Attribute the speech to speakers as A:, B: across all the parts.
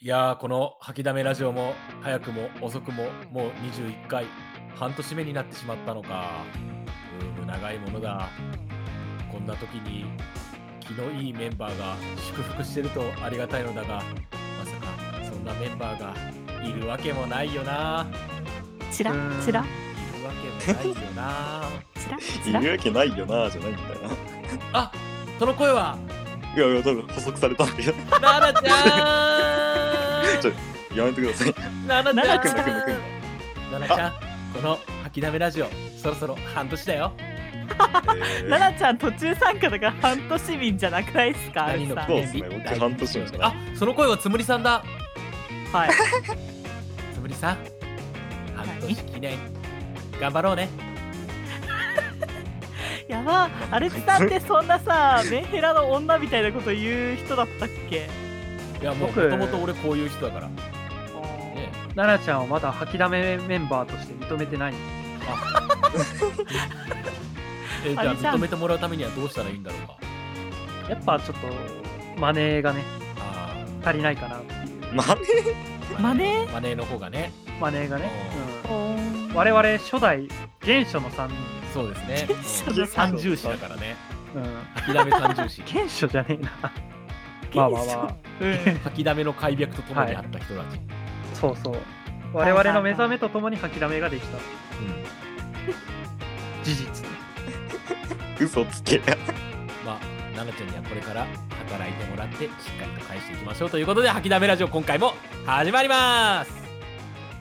A: いやー、この吐きだめラジオも早くも遅くももう21回、半年目になってしまったのか。うーん、長いものだ。こんな時に気のいいメンバーが祝福してるとありがたいのだが、まさかそんなメンバーがいるわけもないよな。
B: つら
C: うん
B: つら
A: いるわけもないよな。
B: つら
C: い
B: つら
C: るわけないよなじゃないんだよな。
A: あその声は、
C: いやいや、多分補足されたんだよ。
A: ななちゃーん
C: ちょやめてくださ い。
A: ななちゃん
B: ななちゃん
A: ななちゃんこの吐きだめラジオそろそろ半年だよ
C: えー
B: 奈々ちゃん途中参加だから半年民じゃなくないですか
A: 何の
B: ア
C: そう
B: レ
C: で
B: さ
C: す
B: ん
C: ね、僕半年もしかな
A: あ
C: い。
A: その声はつむりさんだ
B: はい
A: つむりさん半年記念頑張ろうね
B: やばアレツさんってそんなさメンヘラの女みたいなこと言う人だったっけ
A: いやもうも
D: 僕
A: ともと俺こういう人だからね
D: 奈々ちゃんをまだ吐きだめメンバーとして認めてない
A: えじ
B: あ
A: ゃあ
B: れじゃん
A: 認めてもらうためにはどうしたらいいんだろうか
D: やっぱちょっとマネーがね
A: あ
D: 足りないかなっていう
C: まあね、
A: ー
B: マネ
A: マネーの方がね
D: マネーがね、
B: お
D: うん、
B: ー
D: 我々初代原初の3人、
A: そうですね
B: そう
A: うん
B: だ
A: 三重視だからね
D: うん、
A: 吐きだめ三重視
D: 原初じゃねえなまあまあまあ
B: うん
A: 吐きだめの開闢とともにあった人たち、
D: そうそう我々の目覚めとともに吐きだめができた
A: うん
D: 事実ね
C: 嘘つけ。
A: まあ、奈々ちゃんにはこれから働いてもらってしっかりと返していきましょうということで、吐きだめラジオ今回も始まります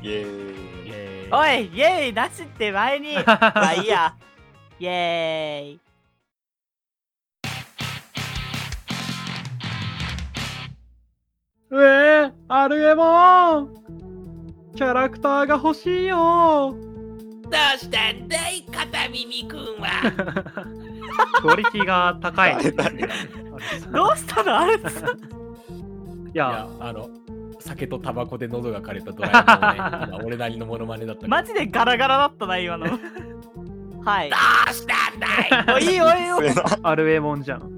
C: イエーイ。
B: お
A: い
B: いイエーイなしって前 にまあいいやイエーイ
D: うえー、アルエモンキャラクターが欲しいよ
E: どうしたんだい片耳くんは
D: クオリティが高 い
B: どうしたのアレツさん
D: いや
A: や、あの、酒とタバコで喉が枯れたドラえもんをね、今俺なりのモノマネだったけど
B: マジでガラガラだったな今のはい
E: どうしたんだい
B: おいいいおいいい
C: それな
D: アルエモンじゃん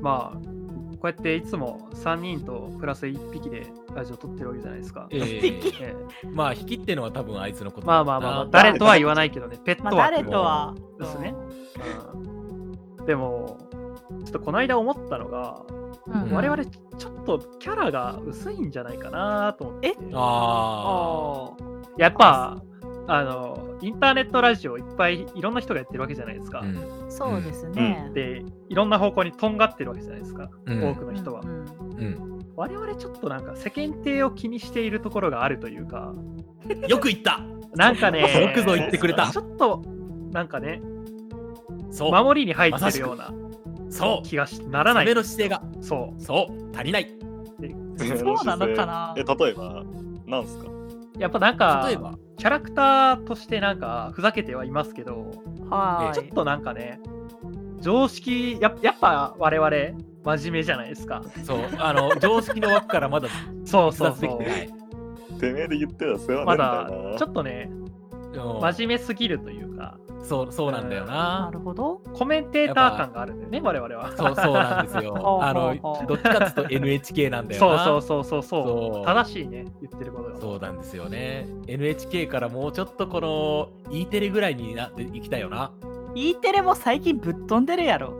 D: まあこうやっていつも3人とプラス1匹でラジオ撮ってるわけじゃないですか、
A: えー
D: ええ
A: まあ、引きってのは多分あいつのことだろ
D: まあ
A: うな
D: まあまあ、まあ、誰とは言わないけどねペッ
B: まあ
D: トは
B: 誰とは
D: ですねうんでもちょっとこの間思ったのが、
B: うん
D: 我々ちょっとキャラが薄いんじゃないかなと思って
A: あ
B: あー
D: やっぱあのインターネットラジオいっぱいいろんな人がやってるわけじゃないですか、
A: あ、うん
B: そうですね、
D: でいろんな方向にとんがってるわけじゃないですか、
A: うん
D: 多くの人は、
B: うんうん
A: うん
D: 我々ちょっとなんか世間体を気にしているところがあるというか
A: よく言った
D: なんかね
A: よくぞ言ってくれた
D: ちょっとなんかね
A: そう、
D: 守りに入ってるような
A: そう、
D: 気がしならな
A: 攻め
D: い
A: の姿勢が、
D: そ
A: そう、足りない。
B: そうなのかな
C: え、例えば、なんすか
D: うやっぱなんか
A: 例えば、
D: キャラクターとしてなんかふざけてはいますけど、
B: は
D: ちょっとなんかね常識ややっぱ我々真面目じゃないですか
A: そう、あの、常識の枠からまだ
D: そう
A: 逸
D: そう
A: 脱で
D: そ
A: き
D: う
A: てない。
C: てめえで言ってたら世話
D: ま
C: な
D: だ
C: いんだよな。
D: ちょっとね
A: うん
D: 真面目すぎるというか
A: そう、そうなんだよな
B: な。るほど。。
D: コメンテーター感があるんだよね我々は
A: そうそうなんです よあの
B: ほうほうほう
A: どっちかっていうと NHK なんだよ
D: そう
A: な。
D: そうそうそうそう
A: そう
D: 正しいね言ってることが
A: そうなんですよね。NHK からもうちょっとこの E テレぐらいになっていきたいよな。
B: E テレも最近ぶっ飛んでるやろ。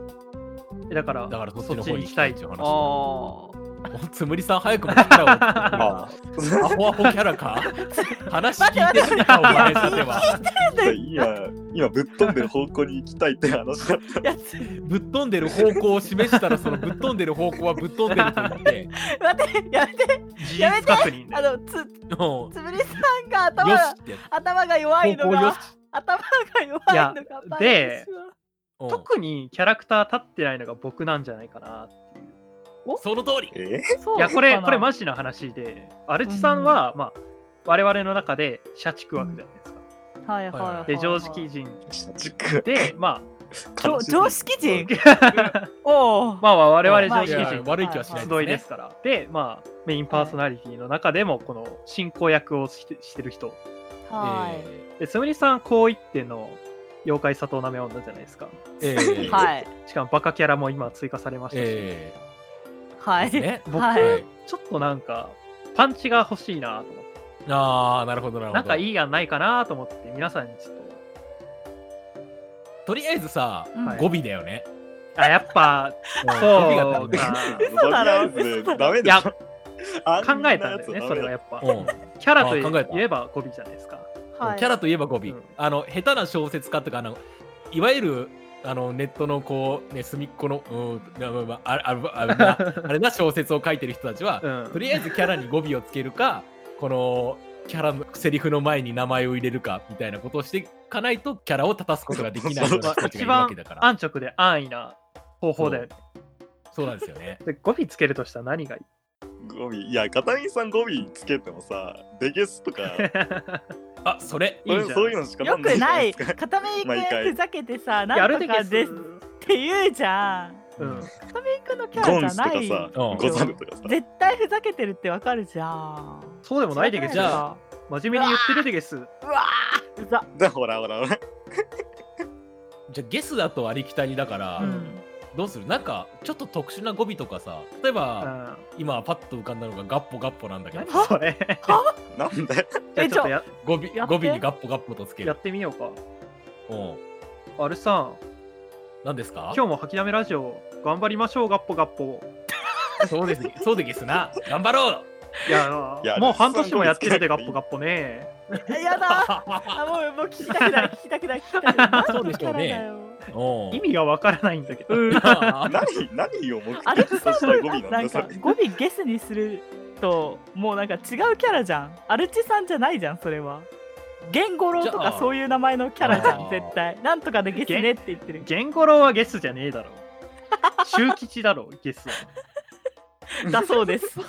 D: だから
A: だからそっち
D: そ
A: の
D: っち
A: 方
D: に
A: に行
D: 行き
A: き
D: た
A: た
D: い
A: いっていう話だ。お
B: あ
A: つむりさん早くも力を。
C: ま
A: ア
C: あ、
A: ホアホキャラ か話聞いてないかお前さては。
C: 今、今ぶっ飛んでる方向に行きたいって話だっ
B: あ。いや、つ
A: ぶっ飛んでる方向を示したらそのぶっ飛んでる方向はぶっ飛んでると言って。
B: 待って、 やめて、
D: 事
B: やめ
D: 実
B: て
D: 確認
B: あ
D: で
B: の、つ、
A: うんよ
B: つぶりさんが頭
A: し
B: が、
A: ってやつ
B: 頭が弱いの
A: 方向よし
B: が、。頭が弱いのが
D: いや、
B: バレ
D: で
B: てしまう
A: うん
D: 特にキャラクター立ってないのが僕なんじゃないかな
A: その通り。
C: た。え
B: そう
D: いやこれこれマ
B: ジ。
D: ジな話でアルチさんは、まあ我々の中で社畜枠じゃないですか、
B: はいはいはい。
D: で常識。人
C: 社畜。
D: でま
B: 常常識 人
D: あ
B: おお。
D: まあまあ我々
B: まあ
D: 常識
A: いや
D: 人
A: 悪い気はしない
D: 集いですからでまあメインパーソナリティの中でもこの進行役をしてしてる人
B: はい。
D: でつむりさん高一点の妖怪砂糖なめ女じゃないですか
A: えーえー
B: はい。
D: しかもバカキャラも今追加されましたし、
A: え
B: はい。
A: ね
D: 僕
B: はい。
D: ちょっとなんか、パンチが欲しいなと思って、
A: ああ、なるほど、なるほど。
D: なんかいい案ないかなと思って、皆さんにちょっと、
A: とりあえずさ、
D: はい
A: 語尾だよね。
D: あ、やっぱ、
A: うん語尾がダ
D: そう
A: メだ
D: か。
B: 嘘だろ
C: とりあえずダメ
D: い
C: だ
D: や、
C: よ
D: 考
C: あ
D: えたんだよね、それはや
C: っ
D: っぱ。
A: うん
D: キャラと
A: あ考えた
D: いえば語尾じゃないですか。
B: はい。
A: キャラといえば語尾、
D: ん
A: あの下手な小説家とかあのいわゆるあのネットのこうね隅っこのうんまあまあまああああれなあれな小説を書いてる人たちは、
D: うん
A: とりあえずキャラに語尾をつけるかこのキャラのセリフの前に名前を入れるかみたいなことをしていかないとキャラを立たすことができないような人たちが
D: 一
A: いるわ
D: 番
A: けだから
D: 安直で安易な方法で
A: そうなんですよね
D: で語尾つけるとしたら何 がいい
C: ぱ。語尾。いや、片桐さん語尾つけてもさ、デゲスとか、
A: あそれ
D: いいじゃん
C: そういうのしか
B: よ
C: ん
B: く
C: じゃ
B: な
C: で
B: い。
C: すか
B: 片目く
C: 毎
B: ん
C: 回
B: ふざけてさ、な
D: や
B: ん
D: る
B: と
D: で
B: か
D: ゲ
B: で
D: ス
B: すって言うじゃん。
D: うん
B: 片目くんのキ
C: ゴ
B: ャラ
C: ン
B: じ
C: ス
B: ゃ
C: と
B: ない。
C: か
A: うん
C: さ、ゴザルとかさ。
B: 絶対ふざけてるってわかるじゃん。
D: そうでもないでゲス
A: じゃ
D: 真面目に言ってるでゲス
B: うわーうざ。
C: じゃあほらほらほら。
A: じゃあゲスだとありきたりだから、
B: うん。
A: どうするなんかちょっと特殊な語尾とかさ例え
D: う
A: ば、
D: ん
A: 今パッと浮かんだのがガッポガッポなんだけど
D: 何それ
C: なんだよ。
D: じゃあちょっとや
A: 語尾
B: やっ
A: 語
B: て
A: 尾にガッポガッポとつけ
D: や
A: る。
D: ってみようか
A: うん。
D: あれさん
A: 何ですか
D: 今日も吐きだめラジオ頑張りましょうガッポガッポ
A: そう です。そうでゲスな。頑張ろう
D: い や
C: いや
D: もう半年もやってるで
C: そ
D: ガ
C: んな
D: ッ
C: こと
D: ポガッポね
B: えやだ。あもうもう聞きたくない聞きたくない聞きたくない。
A: そうでしょうね
B: なんとかなのよ。
A: う
D: 意
A: ん。
D: 味がわからないんだけど
A: あ
C: 何、何を目
B: アレ
C: 的
B: ク
C: と
B: サン
C: した
B: ド
C: ら
B: ル
C: 語尾なん
B: な
C: だ
B: ん
C: よ、そ
B: か
C: れ。
B: 語尾ゲスにするともうなんか違うキャラじゃんアルチさんじゃないじゃんそれはゲンゴロウと
A: じゃ
B: か
A: あ
B: そういう名前のキャラじゃ
A: あー
B: ん絶対なんとかでゲスねって言ってる
D: ゲンゴロウはゲスじゃねえだろ周吉だろゲスは
B: だそうです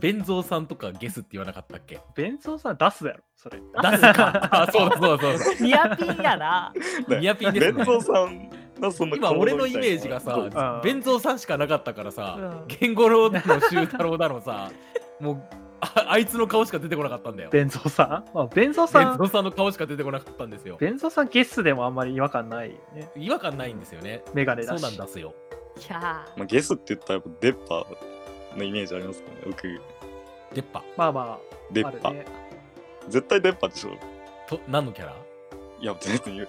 A: ベンゾーさんとかゲスって言わなかったっけ
D: ベンソンさん出すだろそれ
A: 出すか。あ、そうだそうだそうだ。
B: ニアピンやな
A: ニアピンです
C: ベン
A: ね。
C: ゾーさんのそんな
A: 今
C: 小物
A: 俺の
C: み
A: イ
C: たい
A: メ
C: な
A: ージがさ、
D: うん
A: ベンゾーさんしかなかったからさ、
B: うん
A: ゲンゴロウだのシュウタロウだのさ、もうああいつの顔しか出てこなかったんだよ。ベン
D: ベンゾーさん、まあ、ベンゾー
A: ゾ
D: さん
A: ーさんの顔しか出てこなかったんですよ。
D: ベンゾーさんゲスでもあんまり違和感ないよね
A: 違和感ないんですよね。
D: メガネ
A: そ
D: だ
A: う
D: し
A: なんですよ。
B: キャ
C: まあ、ゲスって言ったらやっぱ出っ歯のイメージありますかね僕
A: 出っ歯。
D: まあま
C: 出っ
D: ああ
C: 歯、
D: るね
C: 絶対出っ歯でしょ
A: と何のキャラ
C: いや別に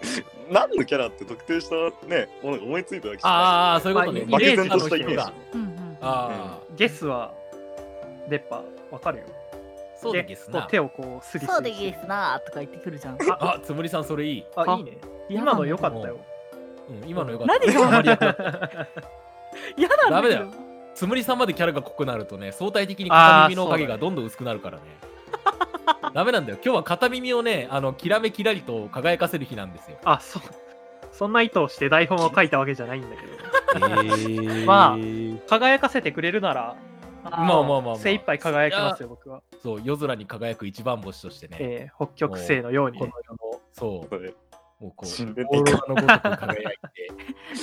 C: 何のキャラって特定したねものが思いついたわけじゃ
A: ああ、そういうことね。
D: まあ
A: イメー
C: 漠
A: ジ
C: 然
A: の
C: としたイメージ
A: 人だ。
B: うんうん
A: ああ、
D: ゲスは出っ歯わかるよ
A: そうでゲス
D: こ
A: な
D: う。手をこうスリスリ
B: そうでゲスなーとか言ってくるじゃん
A: あ、つむりさんそれいい。
D: あいいね今の良かったよ
A: うん、今のよかった。
B: 何が
A: あまり良くない
B: 嫌なんだけど
A: ダメつむりさんまでキャラが濃くなるとね、相対的に片耳の影がどんどん薄くなるからね。 ダメなんだよ。今日は片耳をね、あの、きらめきらりと輝かせる日なんですよ。
D: あそうそんな意図をして台本を書いたわけじゃないんだけ ど
A: えー
D: ま輝かせてくれるなら
A: まあまあまあまあ
D: 精一杯輝きますよ僕は、
A: そう、夜空に輝く一番星としてね、
D: えー北極星のように
A: こ
D: ね
A: の世の、そ
C: ないですかね
A: う、もうこ
C: 死ん
A: う
C: で、てい
A: オ
C: い
A: ーロラの
C: か
A: ごとく輝いて、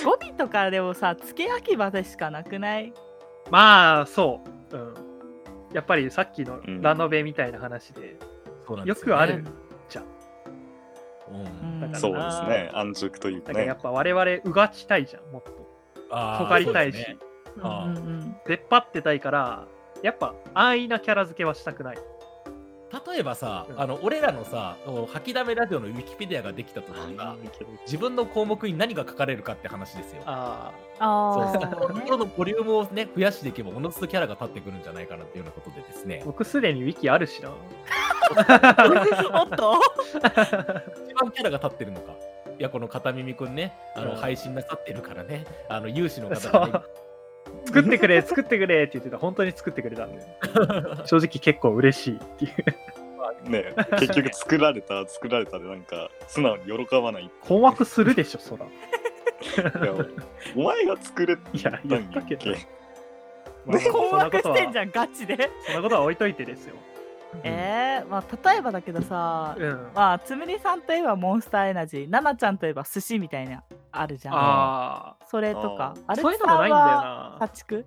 B: 語尾とかでもさ付け焼き場でしかなくない
D: まあそううんやっぱりさっきの
C: うん
D: ラノベみたいな話で、
A: そうなんで
D: よ
A: す
D: くある
A: ねう。
B: うんん
D: だから
C: そうですね安直というか
D: だからや
C: ね
D: っぱ我々うがちたいじゃんもっと
A: あー
D: 尖りたいし、
A: そうですね
B: うん
A: あ
B: うんうん
D: 出っ張ってたいからやっぱ安易なキャラ付けはしたくない
A: 例えばさ、
D: うん
A: あの俺らのさ吐きだめラジオのウィキペディアができた時にさ自分の項目に何が書かれるかって話ですよ。
D: あ
A: そう
B: あ
A: そこのところ
B: ー
A: のボリュームをね増やしていけばおのずとキャラが立ってくるんじゃないかなっていうようなことでですね
D: 僕すでにウィキあるし な
B: おっ と
A: 一番キャラが立ってるのかいやこの片耳くんねあの、
D: うん
A: 配信なさってるからねあの有志の方
D: そ
A: がね
D: う作って くれ作ってくれって言ってた本当に作ってくれたんで正直結構嬉しいっていう
C: ね結局作られた作られたでなんか素直に喜ばない い
D: 困惑するでしょそら
C: やお前が作れ
D: いや
C: た
D: 言
C: ん
D: っ
C: や
D: た
C: っ
D: け
C: け
D: ど、まあまあ
B: 困惑
D: そんなこ
B: し
D: と
B: てんじ
D: は
B: ゃんガチで
D: そんなことは置いといてですよ
B: えー、まあ例えばだけどさ、
D: うん
B: まあつむりさんといえばモンスターエナジーななちゃんといえば寿司みたいなあるじゃん
D: あ
B: それとかあ
D: あ
B: れ
D: そういうのもないんだよ
B: 家
D: な
B: 畜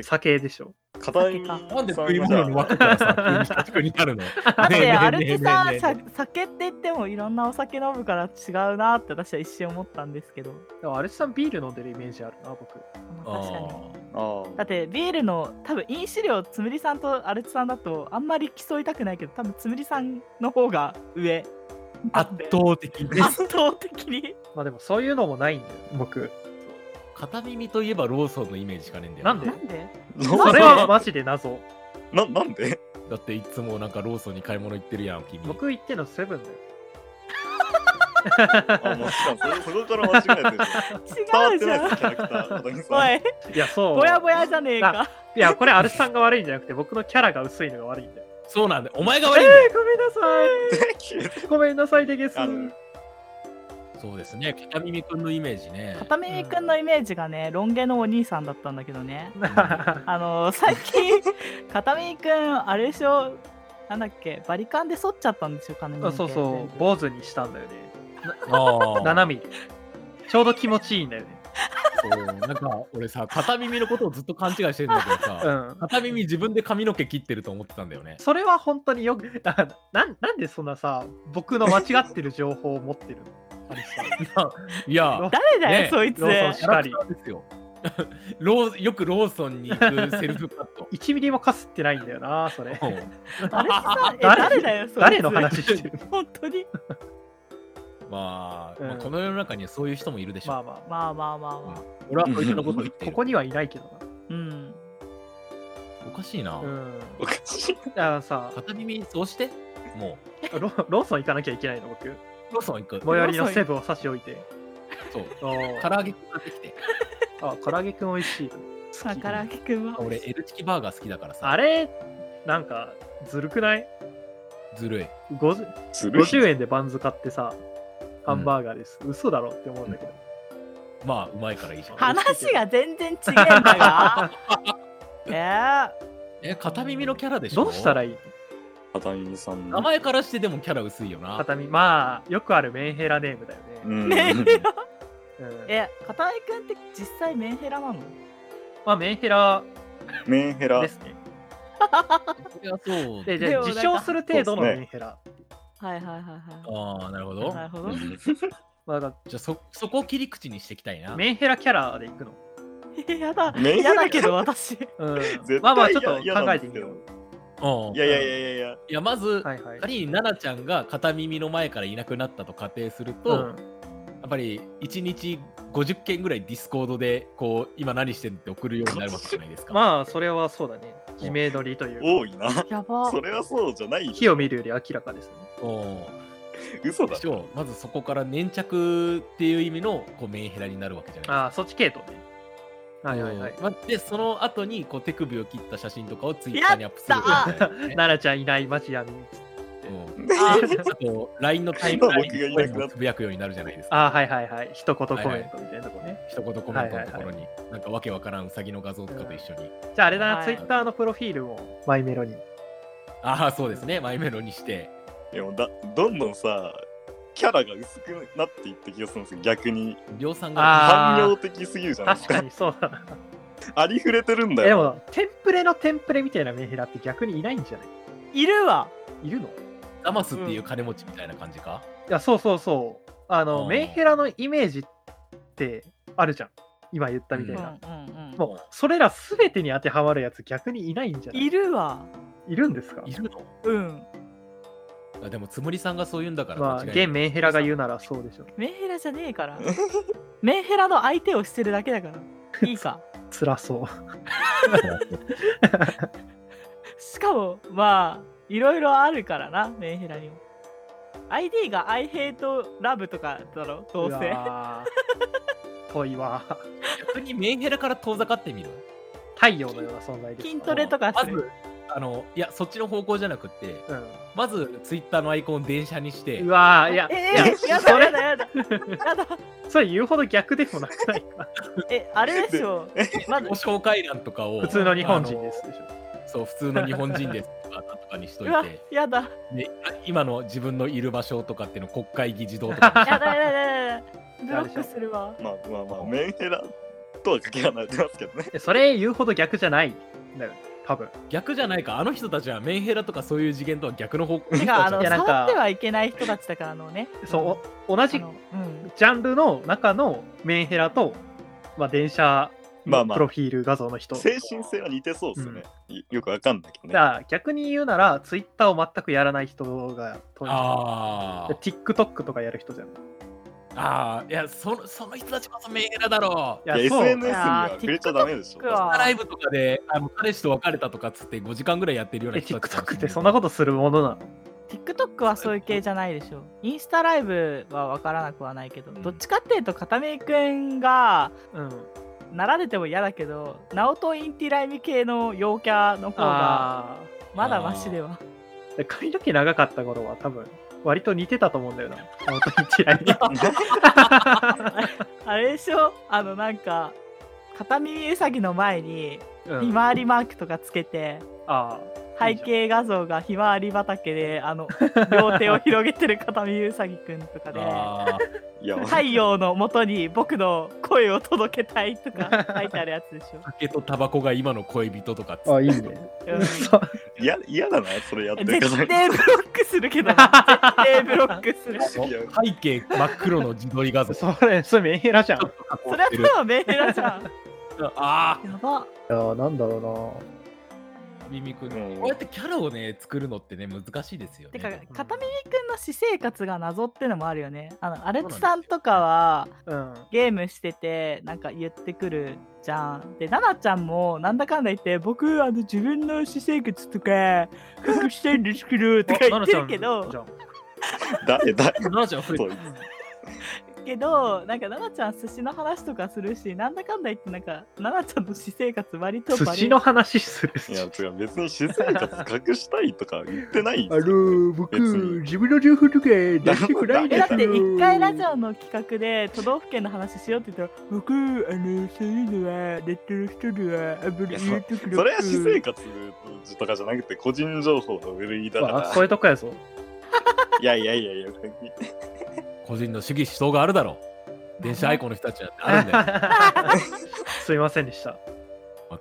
D: 酒でししょ
C: 片耳さ
A: なんで
C: ん
A: 食い
C: は
A: 物に
C: じゃ
A: 分
C: あ
A: けたらさ急に社畜になるの
B: だってアル
A: ね
B: チ
A: えねえねえねえ
B: さんさ酒って言ってもいろんなお酒飲むから違うなって私は一瞬思ったんですけど
D: でもアレスさんビール飲んでるイメージあるな僕
B: まあ
A: あ
B: 確かに
A: ー
C: あ
B: だってビールの多分飲酒量つむりさんとアルチさんだとあんまり競いたくないけど多分つむりさんの方が上
A: 圧倒的です
B: 圧倒的に
D: まあでもそういうのもないんだよ、僕。
A: 片耳といえばローソンのイメージしかねえんだよ
D: なんで
B: なんで
C: あ。そ
D: それはマジで謎。
C: な、なんで
A: だっていつもなんかローソンに買い物行ってるやん君
D: 僕言ってんのセブンだよ。
C: あ、もうしかもそれそこから間違えてるでしょ。伝わ
B: 違
C: っ
B: う
C: て
B: じ
C: な
B: ゃ
C: いで
B: ん
C: す、キャラクター。小谷さん
B: おい
D: いや、そう。
B: ぼやぼやじゃねえか
D: いや、これ、アルさんが悪いんじゃなくて、僕のキャラが薄いのが悪いんだよ。
A: そうなんだよお前が
D: え
A: 悪いんだよ、
D: ー、ごめんなさ
C: 消えて
D: い。ごめんなさいでゲス。
C: あの、
A: そうですね片耳くんのイメージね
B: 片耳くんのイメージがねロン毛のお兄さんだったんだけどねあのー最近片耳くんあれでしょなんだっけバリカンで剃っちゃったんですよ金
D: そうそう、坊主にしたんだよね。
A: ああ
D: 7ミリ。ちょうど気持ちいいんだよね。
A: そうなんか俺さ片耳のことをずっと勘違いしてるんだけどさ、
D: うん。
A: 片耳自分で髪の毛切ってると思ってたんだよね
D: それは本当によく、 あなんなんでそんなさ、僕の間違ってる情報を持ってるのアルさ ん。
A: いや
B: 誰だよ、
A: ね
B: そいつ
D: ローソン
A: キャラクターですよ ローよくローソンに行くセルフカッ ト
D: 1ミリもかすってないんだよな、そ れ。
A: うん
B: あれさんえ
D: 誰
B: 誰だよそいつ
D: 誰の話してる
B: 本当に
A: まあ、
D: うん
A: まあこの世の中にはそういう人もいるでしょ、
D: まあまあ、
B: まあまあまあまあ
A: 俺はそういう人のことを言ってい
D: こ
A: る
D: こにはいないけど
B: うん
A: おかしいな、
D: な。うん。
C: おかしい。
D: あ のさ、
A: 片耳そうしても
D: ロローソン行かなきゃいけないの、僕。
A: うローソン行く
D: 最寄りのセブンを差し置いて。
A: そう
D: お
A: 唐
D: ー
A: 揚げ買ってきて
D: あ、唐揚げくん美味しい。
B: さあからあきくんは
A: 俺 L チキバーガー好きだからさ
D: あれ、なんか、ずるくない
A: ずるい
D: 50
C: ずるい。
D: 50円でバンズ買ってさ、ハンバーガーです。嘘だろって思うんだけど。
A: まあうまいからいいじゃん
B: 話が全然違えんだ がえ
A: え片耳のキャラでしょ
D: どうしたらいい
C: 片耳さんの。
A: 名前からしてでもキャラ薄いよな
D: 片身まあ、よくあるメンヘラネームだよ
C: う
D: ね。
B: ね
C: ん。
B: え
D: うん
B: ー、え片井くんって実際メンヘラなの
D: まあ、メンヘラ
C: メンヘラ
D: で。すね。
A: そりゃそう
D: で、じゃあ
B: でもなん
D: 自
B: か
D: 称する程度のメンヘラ。
B: はいはいはいは
A: ああなるほ
B: い
A: ど
B: なるほ
C: う
B: ど
C: ん
D: まあ、だか
A: じゃあそそこを切り口にしていきたい
D: ら
A: な
D: メンヘラキャラでいくの。
B: えやだ
C: メンヘラ
B: やだけど私
D: う
C: 対
D: ん。まあまあ、ちょ
C: 嫌
D: っと考えてみよ
C: 嫌なん
D: う。
A: うん
C: いやいやいやいやいや。
A: いやまず、
D: はいはい。
A: 仮に奈々ちゃんが片耳の前からいなくなったと仮定すると、
D: うん
A: やっぱり1日50件ぐらいディスコードでこう今何してんって送るようになるわけじゃないですか。
D: まあ、それはそうだね。偽名取りという。
C: 多いな。
B: やば
C: それはそうじゃないよ。
D: 火を見るより明らかですね。
A: うん
C: 嘘だ
A: で。しょまずそこから粘着っていう意味のこうメンヘラになるわけじゃないですか。
D: ああ、そっち系統ね。はいはいはい。
A: までその後にこう手首を切った写真とかをツイッターにアップするね
D: 奈々ちゃんいない、マジ闇。
A: うん
B: あ
A: あと LINE のタイムライン
C: 僕がい
A: に
C: なくなった
A: つぶやくようになるじゃないですか。
D: ああ、はいはいはい。一言コメントみたいなとこね。
A: 一言コメントのところに、なんかわけわからんウサギの画像とかと一緒に。
D: じゃあ、あれだな、
B: はい
D: ツイッターのプロフィールもマイメロに。
A: ああ、そうですね。マイメロにして。
C: でもだ、どんどんさ、キャラが薄くなっていった気がするんですよ、逆に。
A: りょうさん
D: あ
A: が。
C: 汎用的すぎるじゃないです
D: 確か
C: か。
D: にそうだな。
C: ありふれてるんだ
D: えで
C: よ。
D: も、テンプレのテンプレみたいなメンヘラって逆にいないんじゃない
B: いるわ
D: いるのい
A: ダマスっていう金持ちみたいな感じか。
D: や、そうそうそう。あの、
A: うん
D: メンヘラのイメージってあるじゃん。今言ったみた
B: う
D: い
B: んう
D: な。
B: んう
D: もう、それらすべてに当てはまるやつ逆にいないんじゃなんい
B: いるわ
D: いるんですか
A: いるの
B: うん
A: あでも、つむりさんがそう言うんだから
D: まあ、
A: 間違いない
D: 現メンヘラが言うならそうでしょう。
B: メンヘラじゃねえからメンヘラの相手をしてるだけだ からいいか
D: 辛そう。
B: しかもまあいろいろあるからなメンヘラにも ID が I hate love とかだろどうせ
D: うわー 遠いわ。
A: 逆にメンヘラから遠ざかってみる。
D: 太陽のような存在です。
B: 筋トレとか
A: ますず
B: る、
A: あの、いや、そっちの方向じゃなくて、
D: う
A: まずツイッターのアイコンを電車にして、
D: ん。うわーいや、
B: え
D: いや
B: えや
D: そ
B: だ
D: れ
B: やだやだやだ
D: それ言うほど逆でもなくな いか。
B: えあれでしょまず
A: ご紹介欄とかを
D: 普通の日本人ですでしょ。
A: あのそう普通の日本人ですとかなんとかにしと
B: う
A: い
B: わ
A: て
B: やだ
A: で今の自分のいる場所とかっていうの国会議事堂とか
B: やだやだやだやだブロックする わ
C: まあまあまあ、メンヘラとはかけ離れてますけど ね。
D: えそれ言うほど逆じゃないんだよ。多分。
A: に逆じゃないかあの人たちはメンヘラとかそういう次元とは逆の方向
B: てかあ
A: の
B: の
D: いやなんか
B: 触ってはいけない人たちだからあのね
D: そう、お同
B: あ
D: じ
B: のうん
D: ジャンルの中のメンヘラと、まあ、電車
C: まあまあ
D: プロフィール画像の人。
C: 精神性は似てそうですね、いよくわかんないけどね。
D: だから逆に言うなら、ツイッターを全くやらない人がとにか
A: あ
D: く、TikTok とかやる人じゃん。い
A: あ。ああ。いや、そのその人たちこそメンヘラだろう。
C: いや
D: そう
C: SNS に
B: い
C: は
B: やー
C: 触れちゃダメでし
B: TikTok
C: ょ。
B: は
A: ライブとかであの彼氏と別れたとかっつって5時間ぐらいやってるよう
D: え
A: な人たち
D: TikTok ってそんなことするものなの
B: TikTok はそういう系じゃないでしょインスタライブは分からなくはないけどどっちかっていうと片目くんが
D: うん。
B: なられても嫌だけどナオトインティライミ系の陽キャの方が
D: ああ。
B: まだマシでは
D: で髪の毛長かった頃は多分割と似てたと思うんだよな。本当に嫌 いに。
B: あれでしょあのなんか片耳うさぎの前に
D: うん
B: ひまわりマークとかつけて、
D: ああ
B: 背景画像がひまわり畑であの両手を広げてる片見うさぎくんとかで
A: あ
C: いや、
B: 太陽のもとに僕の声を届けたいとか書いてあるやつでし
A: あ。酒とタバコが今の恋人とかっつって
D: あいいね。
B: ょ、
D: そう
C: 嫌嫌だな、それや
B: う
C: って
B: ん、
C: る方
B: 絶対ブロックする けど 絶対ブロック する
A: あの背景真っ黒の自撮り画像。
D: それ、それメンヘラじゃん。い
B: それは多分メンヘラじゃん
A: あ
B: やば
D: やー、なんだろ
A: あ、ミミ君、
C: うん
A: こうやってキャラをね、作るのってね、難しいですよ
B: てか
A: ね。
B: 片耳くんの私生活が謎ってのもあるよねあのアレツさんとかは
D: うな。
B: ゲームしててなんか言ってくるじゃん。で、ナナちゃんもなんだかんだ言って、僕、あの自分の私生活とか、隠してるんですけ ど、とか言ってるけ
D: あ奈々ちゃんじ
B: ど、
D: ゃん
C: 誰だ
A: ナナちゃん、それ
C: そう
B: けど、なんかナナちゃん寿司の話とかするし、なんだかんだ言って、なんか、ナナちゃんの私生活割と
D: 寿
B: バレ
D: 司の話する
C: いや、違う、別に私生活隠したいとか言ってないんですよ
D: ー、
C: 僕別に
D: 自分の情報とか出
C: したくない
B: え、
C: です
B: だ
C: よ
B: って一回ラジオの企画で都道府県の話しようって言ったら、僕、あの、そういうのは、ネットの人には、あんまり言うとく
C: それは私生活とかじゃなくて、個人情報の部類だか
D: あ、そうい
C: ら。
D: うとこやぞ。
C: いやいやいやいや、
A: 個人の主義思想があるだろう。電車アイコンの人たちだってあるんだよ、
D: すいませんでした。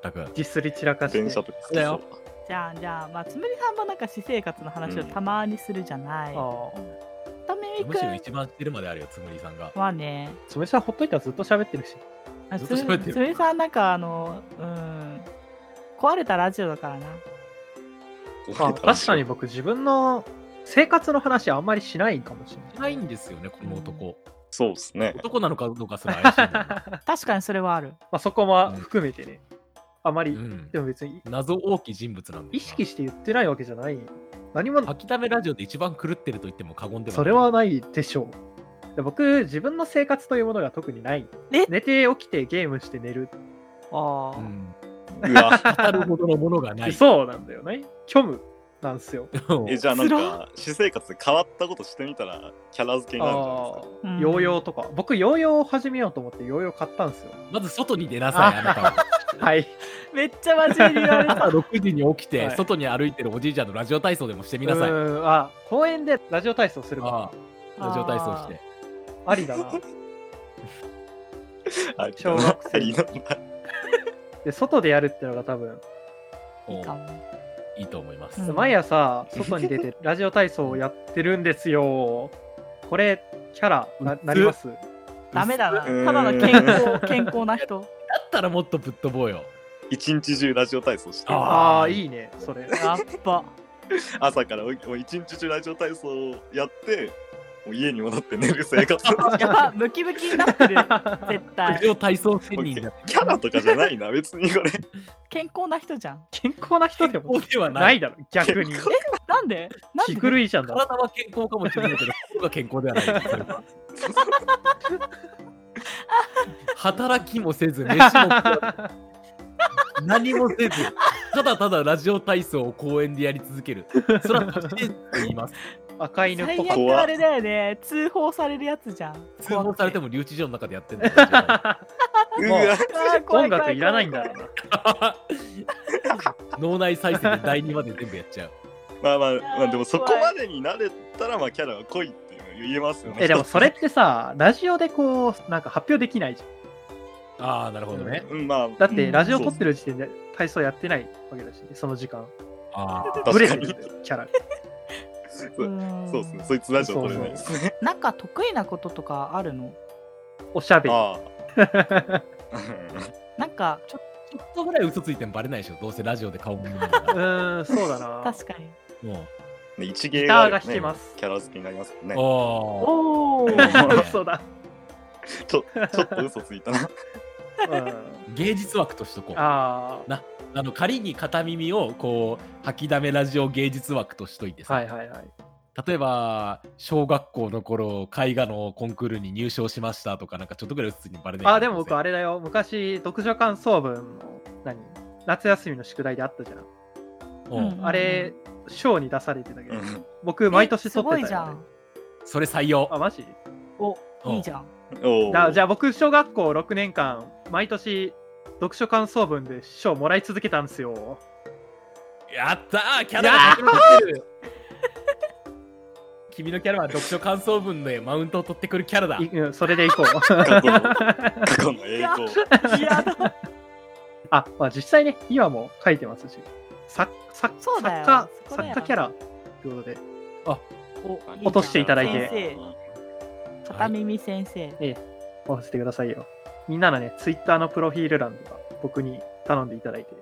A: 全く。
D: 実すり散らかして。
C: 電車とか好き
A: だ
C: そ
A: よ
C: う。
B: じゃあ、じゃあ、まあ、つむりさんもなんか私生活の話をたまにするじゃない。
D: ああ。
B: ためみ
A: む
B: く
A: しろ
B: ん
A: 一番知ってるまであるよ、つむりさんが。
B: はね、
D: つむりさんほっといたらずっと喋ってるし。
B: あ
A: ずっ
B: つ
A: と喋ってる
B: つむりさんなんかあの、うん、壊れたラジオだからな。
D: あ確かに。僕自分の生活の話あんまりしないかもしれない。
A: ないんですよね、この男。
C: そうですね。
A: 男なのかどうかすら怪しいんだ
B: 確かにそれはある。
D: まあそこは含めてね、あまり、
A: よね、うん
D: でも別に
A: 謎大きい人物なんだよな
D: 意識して言ってないわけじゃない。何も、
A: 秋田めラジオで一番狂ってると言っても過言ではない。
D: それはないでしょう。で僕、自分の生活というものが特にない。
B: え
D: 寝て起きてゲームして寝る。
B: ああ、
A: うん、
C: うわ。
A: 語るほどのものがない。
D: そうなんだよね。虚無なんですよ。
C: え、じゃあなんか、私生活で変わったことしてみたら、キャラ付けになるんじゃないです
D: あ
C: か。
D: あ、ヨーヨーとか。僕、ヨーヨーを始めようと思ってヨーヨー買ったんですよ。
A: まず外に出なさい、あな たは。
D: はい。
B: めっちゃ真面目に言われた。
A: 朝6時に起きて、
D: はい
A: 外に歩いてるおじいちゃんのラジオ体操でもしてみなさい。
D: う
A: あ
D: ーんあ、公園でラジオ体操するか
A: あラジオ体操して。
D: ありだな。
C: あ
D: 小学生
C: いいな
D: で、外でやるってのが多分、
A: お
B: いいか
A: う
B: も
A: いいと思います。
B: うん
D: 毎朝外に出てラジオ体操をやってるんですよ。これ、キャラななります
B: ダメだな。
C: うん
B: ただの健康、健康な人。
A: だったらもっとぶっ飛ぼうよ。
C: 一日中ラジオ体操して
A: あ
D: ああ、いいね、それ。
B: やっぱ。
C: 朝からおもう一日中ラジオ体操をやってもう家に戻って寝る生 活
B: やっぱムキムキになってる。絶
A: ラ
B: 対
A: ジ。オ体操専人 だ
C: キャラとかじゃないな別にこれ
B: 健康な人じゃん。
D: 健康な人でも
A: 健康ではない
D: ないだろ、逆に
C: 健。康
B: なんでなんで
D: 気狂いじゃん だろ。
A: 体は健康かもしれないけど、心が健康ではないそれ は。働きもせず、飯も食わず何もせず、ただただラジオ体操を公園でやり続ける。それは確定と言い ます。
D: 赤犬っぽ
B: 最
D: かっ
B: 悪あれだよね。通報されるやつじゃん。
A: 通報されても留置所の中でやってんだよ。
C: う
D: もう
C: わ
B: あー怖
D: 音
B: い怖
D: 楽いらないんだ
B: 怖
D: ろうな。
A: 脳内再生で第2まで全部やっちゃう。
C: まあまあまあでもそこまでに慣れたらまあキャラが濃いっていうの言えますよね
D: え、でもそれってさ、ラジオでこう、なんか発表できないじゃん。
A: ああ、なるほどね。
C: うんまあ
D: だって、ラジオ撮ってる時点で体操やってないわけだしね、その時間。
A: ああ。
D: ブ
C: 確
D: レ
C: か
D: てるん
C: に
D: だよ、キャラ。
C: そ
B: う
C: う
B: ん
C: そうですねそいつラジオ撮れないですね
B: なんか得意なこととかあるの
D: おしゃべり。
C: ああ
B: なんか
A: ちょちょっとぐらい嘘ついてもバレないでしょどうせラジオで顔も見ないう
D: ーん、 そうだな。
B: 確かに
A: も
C: ね一芸があるよね
D: ギターが弾けます
C: キャラ付けになりますもん
A: う
C: ね。
A: おー
B: おお
D: そうだ。
C: ちょちょっと嘘ついたな。
D: うん。
A: 芸術枠としとこうあ
D: あ
A: の仮に片耳をこう吐きだめラジオ芸術枠としといて
D: あ、
A: さ、
D: はいはいはい。
A: 例えば小学校の頃絵画のコンクールに入賞しましたとかなんかちょっとぐらい嘘ついてもバレない
D: あ、でも僕あれだよ。昔、読書感想文の、何夏休みの宿題であったじゃん。
A: うん
B: うん
D: あれ、賞に出されてたけ
C: う
D: ど、
C: ん
D: 僕、毎年
B: す
D: 取
B: ご
D: っ
B: い
D: て
B: じ
D: た
B: ゃ
D: よ、ね
B: ん。
A: それ採用
D: あ、マジ
B: お
A: うん
B: いいじゃ ん
C: おー
D: だじゃあ僕、小学校6年間、毎年、読書感想文で賞もらい続けたんですよ。
A: やったーキャ
D: いや
A: ラ
D: ー
A: が広がってる 君のキャラは読書感想文でマウントを取ってくるキャラだ
D: いうんそれでい こう。
C: 過去の過去の栄光。
B: いやだ
D: あ、まあ、実際ね、今も書いてますし、作作
B: そう
D: 作
B: だよ
D: 家
B: そこだ
D: 作
B: よ
D: 家キャラということで、
B: おじゃん
D: 落としていただいて
B: 先生片耳先生、
D: おらせてくださいよ。みんなのね、ツイッターのプロフィール欄とか、僕に頼んでいただいて、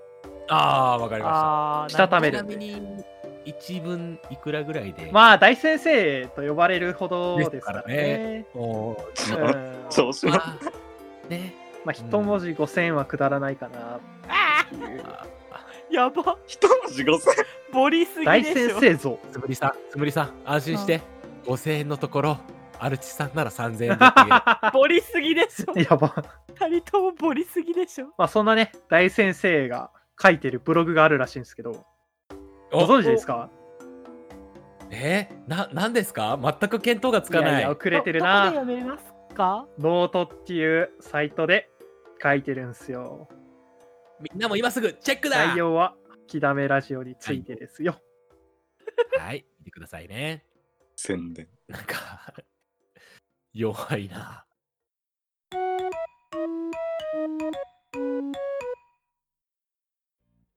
A: ああーわかりま
B: あー
D: したた
A: し
D: め
A: たち
D: る
A: なみに一文いくらぐらいで
D: まあ、大先生と呼ばれるほどですからね。
A: おー
C: ち
D: う
C: ょ
D: ん
C: 調子は
A: まあね
D: まあ、一文字5000はくだらないかな。
B: やば
C: 一文字五千。
B: ボリすぎ
D: 大
B: でし
D: 先
B: ょ
D: 生像。
A: つむりさんつむりさん安心して5000円のところアルチさんなら3000円で って言える
B: ボリすぎでしょ
D: やば。
B: 二人ともボリすぎでしょ
D: まあ、そんなね、大先生が書いてるブログがあるらしいんですけど、ご
A: お
D: 存知ですか
A: えー、な何ですか全く見当がつか
D: いや
A: ないい
D: や遅れてる
B: どこ
D: な。
B: で読めますか
D: ノートっていうサイトで書いてるんですよ。
A: みんなも今すぐチェックだ
D: 内容は、きだめラジオについてですよ。
A: はい見てくださいね
C: 宣伝。
A: なんか弱いな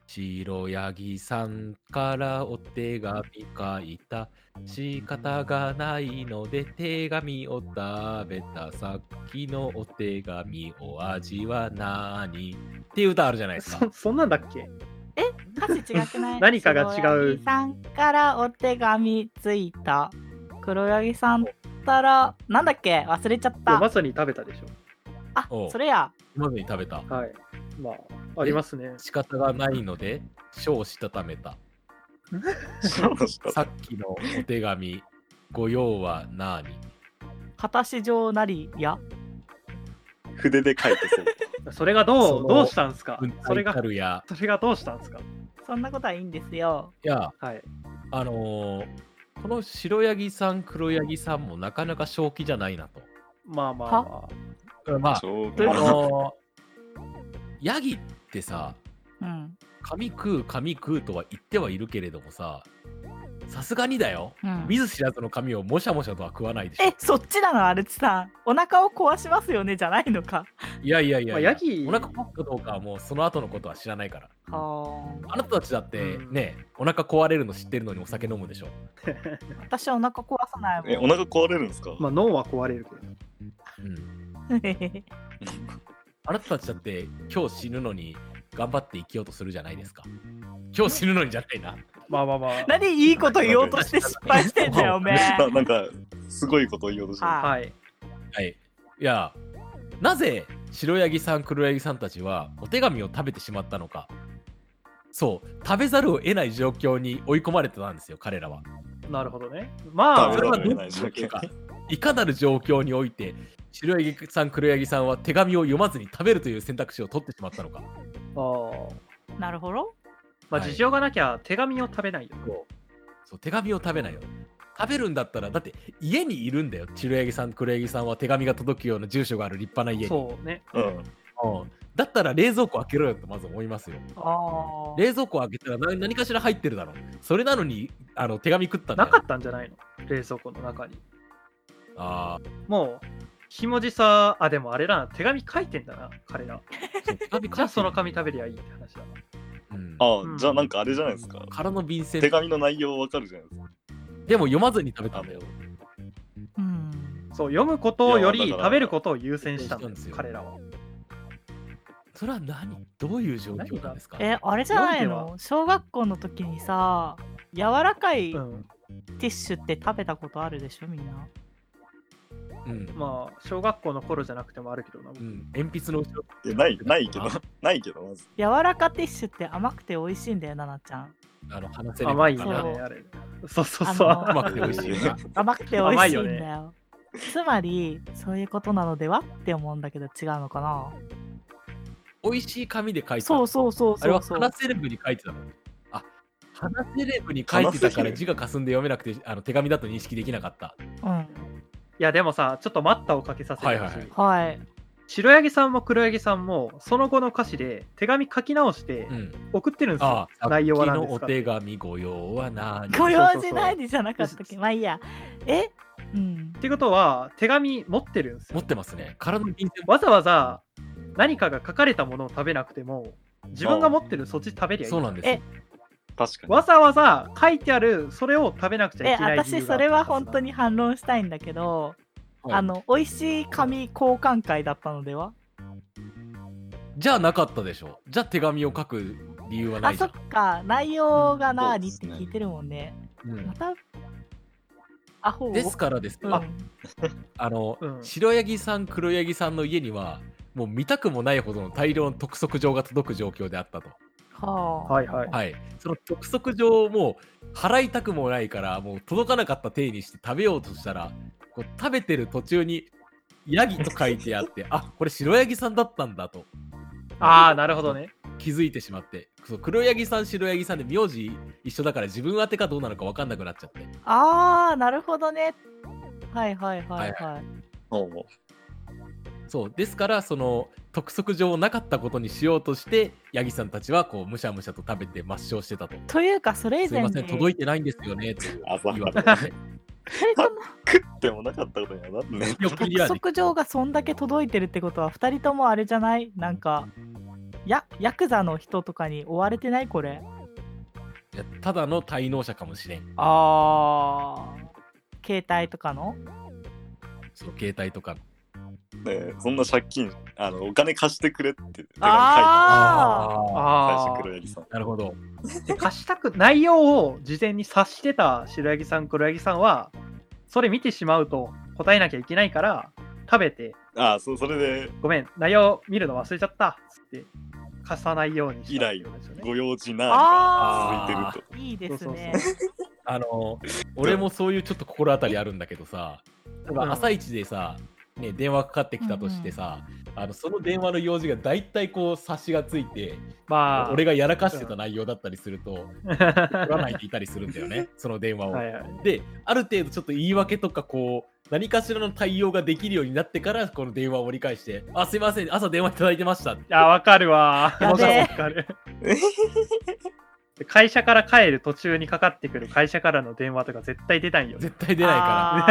A: 白ヤギさんからお手紙書いた仕方がないので手紙を食べたさっきのお手紙お味は何っていう歌あるじゃないですか
D: そそんなんだっけ
B: 歌詞違くない
D: 何かが違
B: 黒柳
D: う
B: さんからお手紙ついた黒柳さんったらなんだっけ忘れちゃっ
D: ま
B: た
D: さに食べたでし
B: あ
A: おう
B: それや
A: まずに食べた
D: ょ。はい。まあ、ありますね。
A: 仕方がないので書をしたためた
C: そうした
A: さっきのお手紙、ご用は何
B: 果たし状なりや
C: 筆で書いてそう。
D: それがど、
A: そうの
D: どうしたんすか
A: 文
D: そ
A: 体
D: れが
A: た、るや。
D: それがどうしたんすか
B: そんなことはいいんですよ
A: いや、
D: はい。
A: あのーこの白ヤギさん、黒ヤギさんもなかなか正気じゃないな
D: まあまあま
A: と。まあ、
C: そう
A: あ
C: か。
A: のーヤギってさ、
B: うん
A: 髪食う、髪食うとは言ってはいるけれどもさ、さすがにだよ。
B: うん
A: 見ず知らずの髪をもしゃもしゃとは食わないでしょ
B: え。そっちなのアルチさんお腹を壊しますよねじゃないのか
A: いやいやいやいや、
D: まあヤギ
A: お腹壊すかどうかはもうその後のことは知らないから。
B: はあ
A: あなたたちだって
D: うん
A: ね、お腹壊れるの知ってるのにお酒飲むでしょ。
B: 私はお腹壊さない
C: え、
B: もん
C: お腹壊れるんですか
D: あ。。まあ、脳は壊れるけど。
A: うん、
B: い
A: あなたたちだって今日死ぬのに頑張って生きようとするじゃないですか。今日死ぬのにじゃないな。
D: まあまあまあ。
B: 何いいこと言おうとして失敗してんだよお めえ
C: ななんかすごいことを言おうとしてる。
B: は
D: はい。
A: はい。いや、なぜ白ヤギさん、黒ヤギさんたちはお手紙を食べてしまったのか。そう、食べざるを得ない状況に追い込まれてたんですよ、彼らは。
D: なるほどね。まあ
A: そ
C: 食
A: れ
C: べ、
A: はどういう状況か。いかなる状況において、白ヤギさん、黒ヤギさんは手紙を読まずに食べるという選択肢を取ってしまったのか。
D: あー
B: なるほど
D: まあ、
A: はい
D: 事情がなきゃ手紙を食べないよ。
A: そう手紙を食べないよ食べるんだったらだって家にいるんだよ白ヤギさん黒ヤギさんは手紙が届くような住所がある立派な家に
D: そうね。
C: うん。
A: うんだったら冷蔵庫開けろよとまず思いますよ
B: あ
A: 冷蔵庫開けたら何何かしら入ってるだろうそれなのにあの手紙食ったんだ
D: な
A: よ
D: かったんじゃないの冷蔵庫の中に。
A: あー
D: もう、ひもじさ、あ、でもあれだな、手紙書いてんだな、彼ら。
A: そう手紙
D: じゃあその
A: 紙、
D: 紙食べりゃいいって話だな。
A: うん、
C: あ、
D: うん
C: じゃあなんかあれじゃないですか。
A: 空の便箋
C: 手紙の内容わかるじゃないですか。
A: でも読まずに食べたんだよ
B: うん
D: そう、読むことよ
C: い
D: り
C: やだから
D: 食べることを優先したん
A: 優先したんです
D: です
A: よ
D: 彼らは。
A: それは何どういう状況なんですか
B: えあれじゃない
D: なんで
B: の小学校の時にさ柔らかいテ
D: う
B: ィ
D: ん、
B: ッシュって食べたことあるでしょみんな
A: うん
D: まあ小学校の頃じゃなくてもあるけどな、
A: うん、鉛筆の後ろ
C: いやない、ないけど、ないけど、まず。
B: 柔らかティッシュって甘くて美味しいんだよななちゃん
A: あの話せる
D: 甘い
B: そ
D: よ
B: う
D: ねあれそうそう
B: あの
D: そう
B: ー
A: 甘くて美味しいよな。
B: 甘くて美味しいんだよ
D: 甘い
B: つまりそういうことなのではって思うんだけど違うのかな
A: 美味しい紙で書いてた
B: そうそうそ
A: あ
B: う
A: れ
B: そ
A: は
B: うそう
A: 話せレブに書いてたのあ話せレブに書いてたから字が霞んで読めなくてあの手紙だと認識できなかった。
B: うん
D: いやでもさちょっと待ったをかけさせてほしい,、
A: はいはいはい
B: はい
D: 白柳さんも黒柳さんもその後の歌詞で手紙書き直して
A: うん、
D: 送ってるんです
A: あ
D: よ、
A: あ、
D: 内容は
A: さっ
D: 何
A: き
D: で
A: の
D: す
A: お
D: か
A: 手紙ご用は何
B: ご用
D: そうそう
B: 事
D: そう
B: ないでじゃなかったっけまあいいや。えうん
D: っ。てことは手紙持ってるんですよ
A: 持ってますね。空の便箋
D: わざわざ何かが書かれたものを食べなくても自分が持ってるそっち食べりゃいい
A: そうなんですよ
B: え。
C: 確かに。
D: わざわざ書いてあるそれを食べなくちゃ
B: え、
D: いけない理
B: 私
D: 由が
B: そ
D: ある
B: れは本当に反論したいんだけど、
A: はい
B: あの、美味しい紙交換会だったのでは
A: じゃあなかったでしょ。じゃあ手紙を書く理由はな
B: あ、
A: いじ
B: そ
A: ゃん
B: っ。か、内容がな
C: うん
B: にっ
C: そ
B: て
C: うですね
B: 聞いてるもんね。
A: うん
B: また、アホを
A: ですからですね、
B: うん
A: ああの、
D: うん
A: 白ヤギさん黒ヤギさんの家にはもう見たくもないほどの大量の督促状が届く状況であったと。
B: はあ。
D: はいはい
A: はい、その督促状をもう払いたくもないからもう届かなかった体にして食べようとしたらこう食べてる途中にヤギと書いてあって あこれ白ヤギさんだったんだと
D: ああなるほどね
A: 気づいてしまってそう黒ヤギさん白ヤギさんで名字一緒だから自分宛てかどうなのか分かんなくなっちゃって
B: あー、なるほどね。はいはいはいはい。
C: もうも
A: そうですからその督促状をなかったことにしようとしてヤギさんたちはこうむしゃむしゃと食べて抹消してたと。
B: というか、それ以
A: すい
B: 前
A: ま
B: に、
A: せん届いてないんですよねっていう
C: う、あざ
A: 言われて、
C: 食ってもなかったことにはなんね。
A: 記憶にはね
B: 督促状がそんだけ届いてるってことは2人ともあれじゃないなんかやヤクザの人とかに追われてないこれ
A: いやただの滞納者かもしれん
B: あー携帯とかの
A: その携帯とか
C: ねえそんな借金、あの、お金貸してくれって手紙書いた。
B: あ
A: あ
C: 最
D: あ
C: 初、
D: あ
C: 黒柳さん。
A: なるほど。
D: で貸したく内容を事前に察してた白柳さん黒柳さんはそれ見てしまうと答えなきゃいけないから食べて
C: ああ、そう、それで、
D: ごめん内容見るの忘れちゃったっつって貸さないようにしたってことですよね
C: ご用事な
B: あ
A: ー
C: が続いてる
B: ーいいですね
A: あの、俺もそういうちょっと心当たりあるんだけどさ、なんか朝一でさ、ね、電話かかってきたとしてさ、あのその電話の用事が大体こう、差しがついて、
D: まあ
A: 俺がやらかしてた内容だったりすると、取らないでいたりするんだよね、その電話を。
D: はいはい
A: で、ある程度ちょっと言い訳とか、こう、何かしらの対応ができるようになってから、この電話を折り返して、あ、すいません、朝電話いただいてました。
D: いや、わかるわ。
B: やべえ
D: わか る。で会社から帰る途中にかかってくる会社からの電話とか絶対出ないよね。
A: 絶対出ないか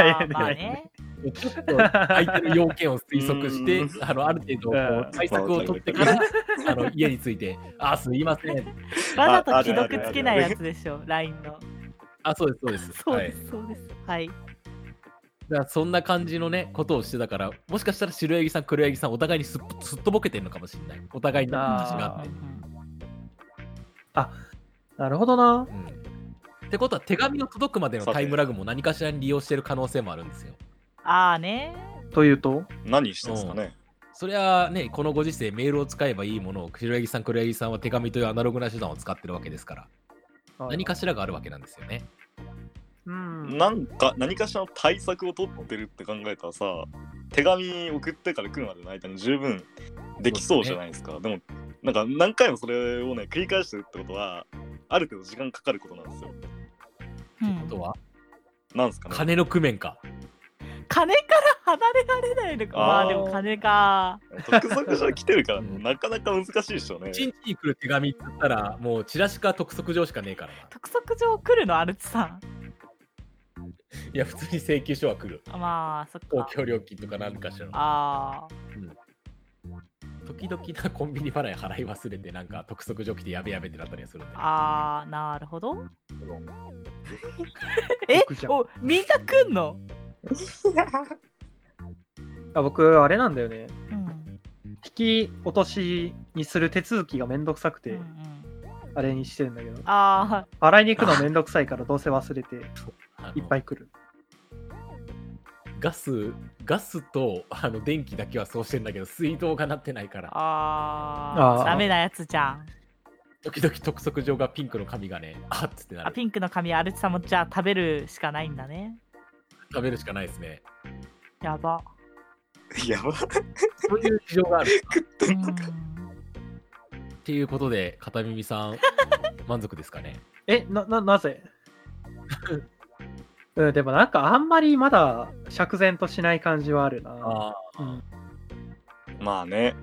A: ら。
B: あーまあ
D: 出ない
B: ね
A: ちょっと相手の要件を推測し
C: う
A: て
C: ー、
A: あのある程度こ
D: う
A: うん対策を取ってから、あの家に着いて、あ、すいません。
B: わざと既読つけないやつでしょ LINE の
A: あ、そうです、そ
B: そうう
A: で。
B: で
A: はい。
B: すすそうですはい
A: だからそんな感じのね、ことをしてたから、もしかしたら白柳さん、黒柳さん、お互いにすっすっとぼけてるのかもしれない。お互いに
D: あ
A: 話
D: ー
A: があって。
D: なるほどな。
A: うんってことは、手紙の届くまでのタイムラグも何かしらに利用してる可能性もあるんですよ。
B: ああね
D: というと、
C: と。何してんすかね。
A: そりゃあね、このご時世、メールを使えばいいものを、白柳さん、黒柳さんは手紙というアナログな手段を使ってるわけですから、何かしらがあるわけなんですよね。
D: うん。
C: なんか何かしらの対策を取ってるって考えたらさ手紙送ってから来るまでの間に十分できそうじゃないですかでもなんか何回もそれをね繰り返してるってことはある程度時間かかることなんですよ
A: あとは、
C: なんですかね
A: 金の工面か。
B: 金から離れられないのかま
C: あー
B: あでも金か
C: 督促状来てるからね
A: うん
C: なかなか難しいでしょうね
A: 一日に来る手紙って言ったら、もうチラシか督促状しかねえからな。
B: 督促状来るのアルツさん
A: いや、普通に請求書は来る。
B: あまあそっ
A: 公
B: か
A: 共料金とか何かしらの。
B: ああ
A: 時々なコンビニ払い払い忘れて、なんか督促状来てやべやべってなったりはするんで。
B: あーなるほど
A: ど
B: え
D: 僕じゃん
B: おみんな来んの、
D: あ僕、あれなんだよね。
B: うん、
D: 引き落としにする手続きがめんどくさく
B: うんう
D: て、
B: ん
D: あれにしてるんだけど、
B: あ
D: 洗いに行くのめんどくさいからどうせ忘れて、
A: あの
D: いっぱい来る。
A: ガスガスとあの電気だけはそうしてんだけど水道が鳴ってないか
B: ー
A: ら
B: あ
D: あ
B: ー
D: ー
B: ダメなやつじゃん
A: 時々督促状がピンクの髪がねあっつってな
B: あ
A: る
B: ピンクの髪アルチさんもじゃあ食べるしかないんだね
A: 食べるしかないですね
B: やば
C: やば
A: そういう事情がある
B: うん
A: っていうことで片耳さ ん満足ですかね
D: え、な、な、なぜ うん、でもなんかあんまりまだ釈然としない感じはあるな。
A: あ
D: うん
C: まあね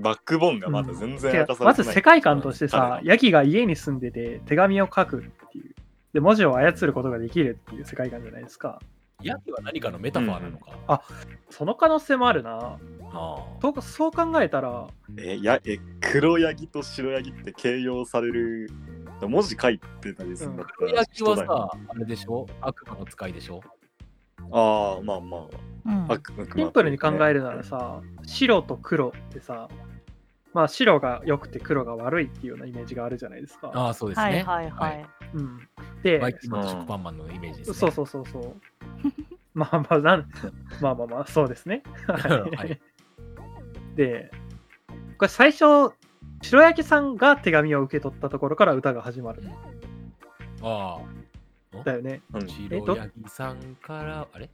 C: バックボーンがまだ全然
D: て
C: 明
D: か
C: かさ
D: ま
C: れて
D: ず
C: ない、
D: 世界観としてさ、
C: 誰が
D: ヤギが家に住んでて手紙を書くっていう。で、文字を操ることができるっていう世界観じゃないですか。
A: ヤギは何かのメタファーなのか、
D: その可能性もあるな。
A: あー
D: とそう考えたら、
C: えやえ黒ヤギと白ヤギって形容される文字書いてたりするんだった
A: 黒
C: ら
A: ヤギは
C: 人だよ
A: さあれでしょ悪魔の使いでしょ
C: ああまあま
B: う
C: あ
B: ん
C: 悪悪魔
D: シンプルに考えるならさ、白と黒ってさ、まあ白が良くて黒が悪いっていうようなイメージがあるじゃないですか。
A: ああそうですね
B: はいはいはい、
D: うん、で、
A: バイキンマンと食パンマンのイメージです、ね。
D: そうそうそうそう。まあまあなん、まあまあまあ、そうですね。
A: はい
D: で、これ最初、白焼さんが手紙を受け取ったところから歌が始まるん
A: あ
D: だよね。
A: あ、
C: うん
D: え
A: 白
D: ど
A: ヤギさんから、あれ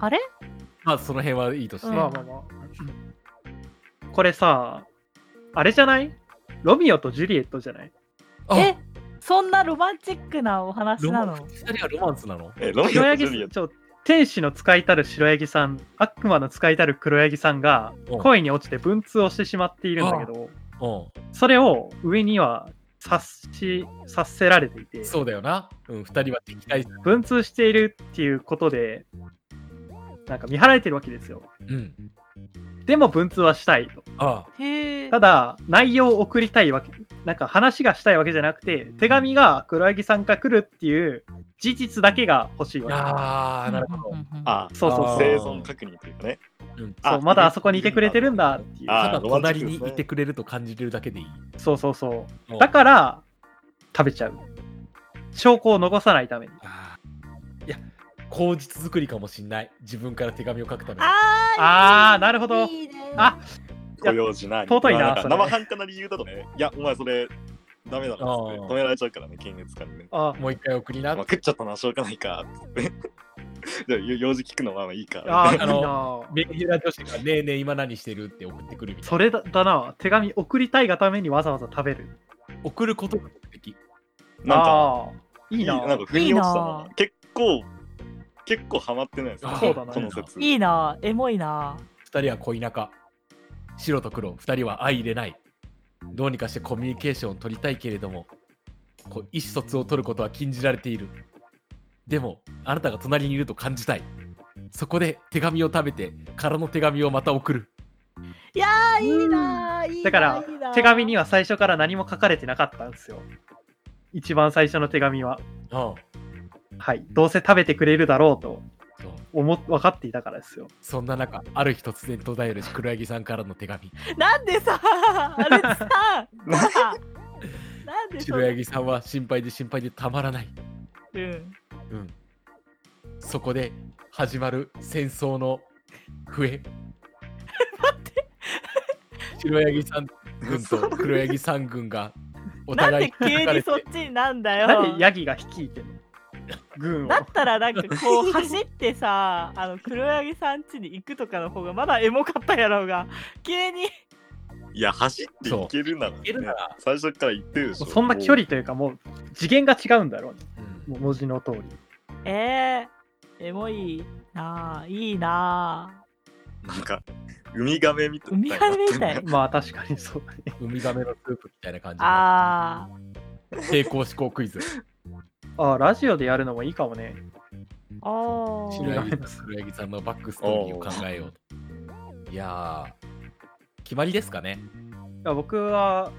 B: あれ
A: まあ、その辺はいいとして。
B: うん
D: まあまあまあ。これさ、あれじゃないロミオとジュリエットじゃない
A: あ
B: えそんなロマンチックなお話
A: ロ
B: な
A: マン
B: の
A: 二人はロマンスなの
C: えロミ
D: 白
C: オとジ
D: 柳
C: ュリエット
D: ちょ天使の使いたる白ヤギさん悪魔の使いたる黒ヤギさんが
A: うん
D: 恋に落ちて文通をしてしまっているんだけど
A: う
D: それを上には察し察せられていて
A: ん。そうだよな。うん、二人は敵対する。
D: 文通しているっていうことでなんか見張られてるわけですよ
A: うん。
D: でも文通はしたいと
A: あ
B: へえ
D: ただ内容を送りたいわけなんか話がしたいわけじゃなくて手紙が黒ヤギさんから来るっていう事実だけが欲しい
A: あ。
D: わ
A: ああ、なるほど。
C: ああ
D: そうそうそう
C: 生存確認というかね
A: うん
D: けそうまだあそこにいてくれてるんだっていう
C: あ
A: た
C: ー
A: だ
C: ロマンチッ
A: 隣
C: クです
A: に
C: ね
A: いてくれると感じてるだけでいい。
D: そうそうそう
A: うん
D: だから食べちゃう証拠を残さないために
A: あーいや、口実作りかもしんない。自分から手紙を書くために。
B: あー
D: あーなるほど
B: いいね
D: あ
C: ご用事ない
D: 尊いな
C: まあんか
D: それ
C: 生半可な理由だとねいやお前それダメだなっつって
A: あー
C: 止められちゃうからね検閲からね
D: あ
A: もう一回送りな。
C: まあ、食っちゃったのはしょうがないかっつって じゃあよ用事聞くのはまあいいか
D: あー
A: あ
D: い
A: の
D: いな
A: メンヘラ女子がねえねえ今何してるって送ってくるみた
D: そ
A: いな。
D: れだだな手紙送りたいがためにわざわざ食べる
A: 送ることが目的。
C: なんか
D: あーいいな
C: なんか腑に落ちた
B: いい
C: な
B: な
C: 結構結構ハマってないです
A: あ
C: か
D: そうだな
C: この説
B: いいなエモいな
A: 二人は恋仲白と黒二人は相入れないどうにかしてコミュニケーションを取りたいけれどもこう意思疎通を取ることは禁じられているでもあなたが隣にいると感じたいそこで手紙を食べて空の手紙をまた送る
B: いやーいいなーいいなー
D: だから
B: いいなー
D: 手紙には最初から何も書かれてなかったんですよ一番最初の手紙は
A: ああ
D: はいどうせ食べてくれるだろうと
A: そう
D: 思っ分かっていたからですよ
A: そんな中ある日突然途絶える黒柳さんからの手紙
B: なんでさあれさなんかなんでそ
A: 白
B: れ
A: 柳さんは心配で心配でたまらない
B: うん
A: うんそこで始まる戦争の笛白柳さん軍と黒柳さん軍がお
B: なん
A: 互
B: で
A: い
B: 急にそっ
A: 叩か
B: ちになんだ
D: な
B: よ
D: んでヤギが率いてんの軍を
B: だったらなんかこう走ってさあの黒柳さん家に行くとかの方がまだエモかったやろうが急に
C: いや走っていけるなら,、
A: いけるなら
C: 最初から言ってるでしょ
D: そんな距離というかもう次元が違うんだろうね
A: れてうん
D: もう文字の通り
B: えー、エモいなあいいな
C: なんかウミガメみ
B: あ
C: たいな
B: 海辺みたい
D: まあ確かにそうだね
A: ウミガメのスープみたいな感じの
B: あ
A: 抵抗思考クイズ
D: ああラジオでやるのもいいかもね
B: ーあ
A: 白
B: ー
A: 柳黒柳さんのバックストーリーを考えようといやー決まりですかね
D: いや僕は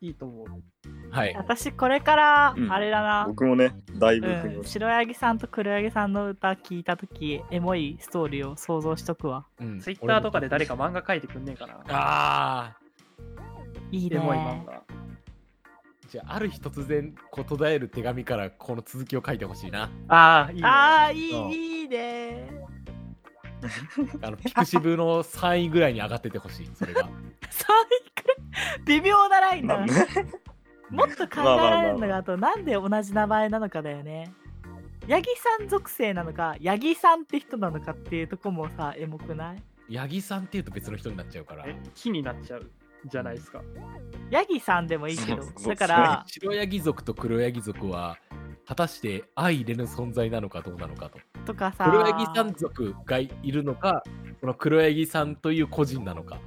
D: いいと思う
A: はい
B: 私これから
C: うん
B: あれだな、
C: 僕もねだいうぶ腑に
B: ん
C: 落ち
B: 白柳さんと黒柳さんの歌聞いた時エモいストーリーを想像しとくわ
A: うん
D: ツイッターとかで誰か漫画書いてくんねえかな
A: ああ
B: いい
D: エ
B: ね
D: モい漫画。
A: じゃあ、ある日突然こう途絶える手紙からこの続きを書いてほしいな。
D: ああ、いい、ね。
B: ああい
A: そう
B: いいい ね
A: あのピクシブの3位ぐらいに上がっててほしい、それが。
B: 最高微妙なラインだ
C: まあ
B: な
C: ね
B: もっと考えられるのがあとなんで同じ名前なのかだよね八木さん属性なのか八木さんって人なのかっていうとこもさエモくない
A: 八木さんっていうと別の人になっちゃうから。
D: え木になっちゃうじゃないですか。
B: 八木さんでもいいけど
C: そうそう
B: だから
A: 白ヤギ族と黒ヤギ族は果たして相入れぬ存在なのかどうなのかと。
B: とかさ
A: 黒ヤギさん族がいるのか、この黒ヤギさんという個人なのか。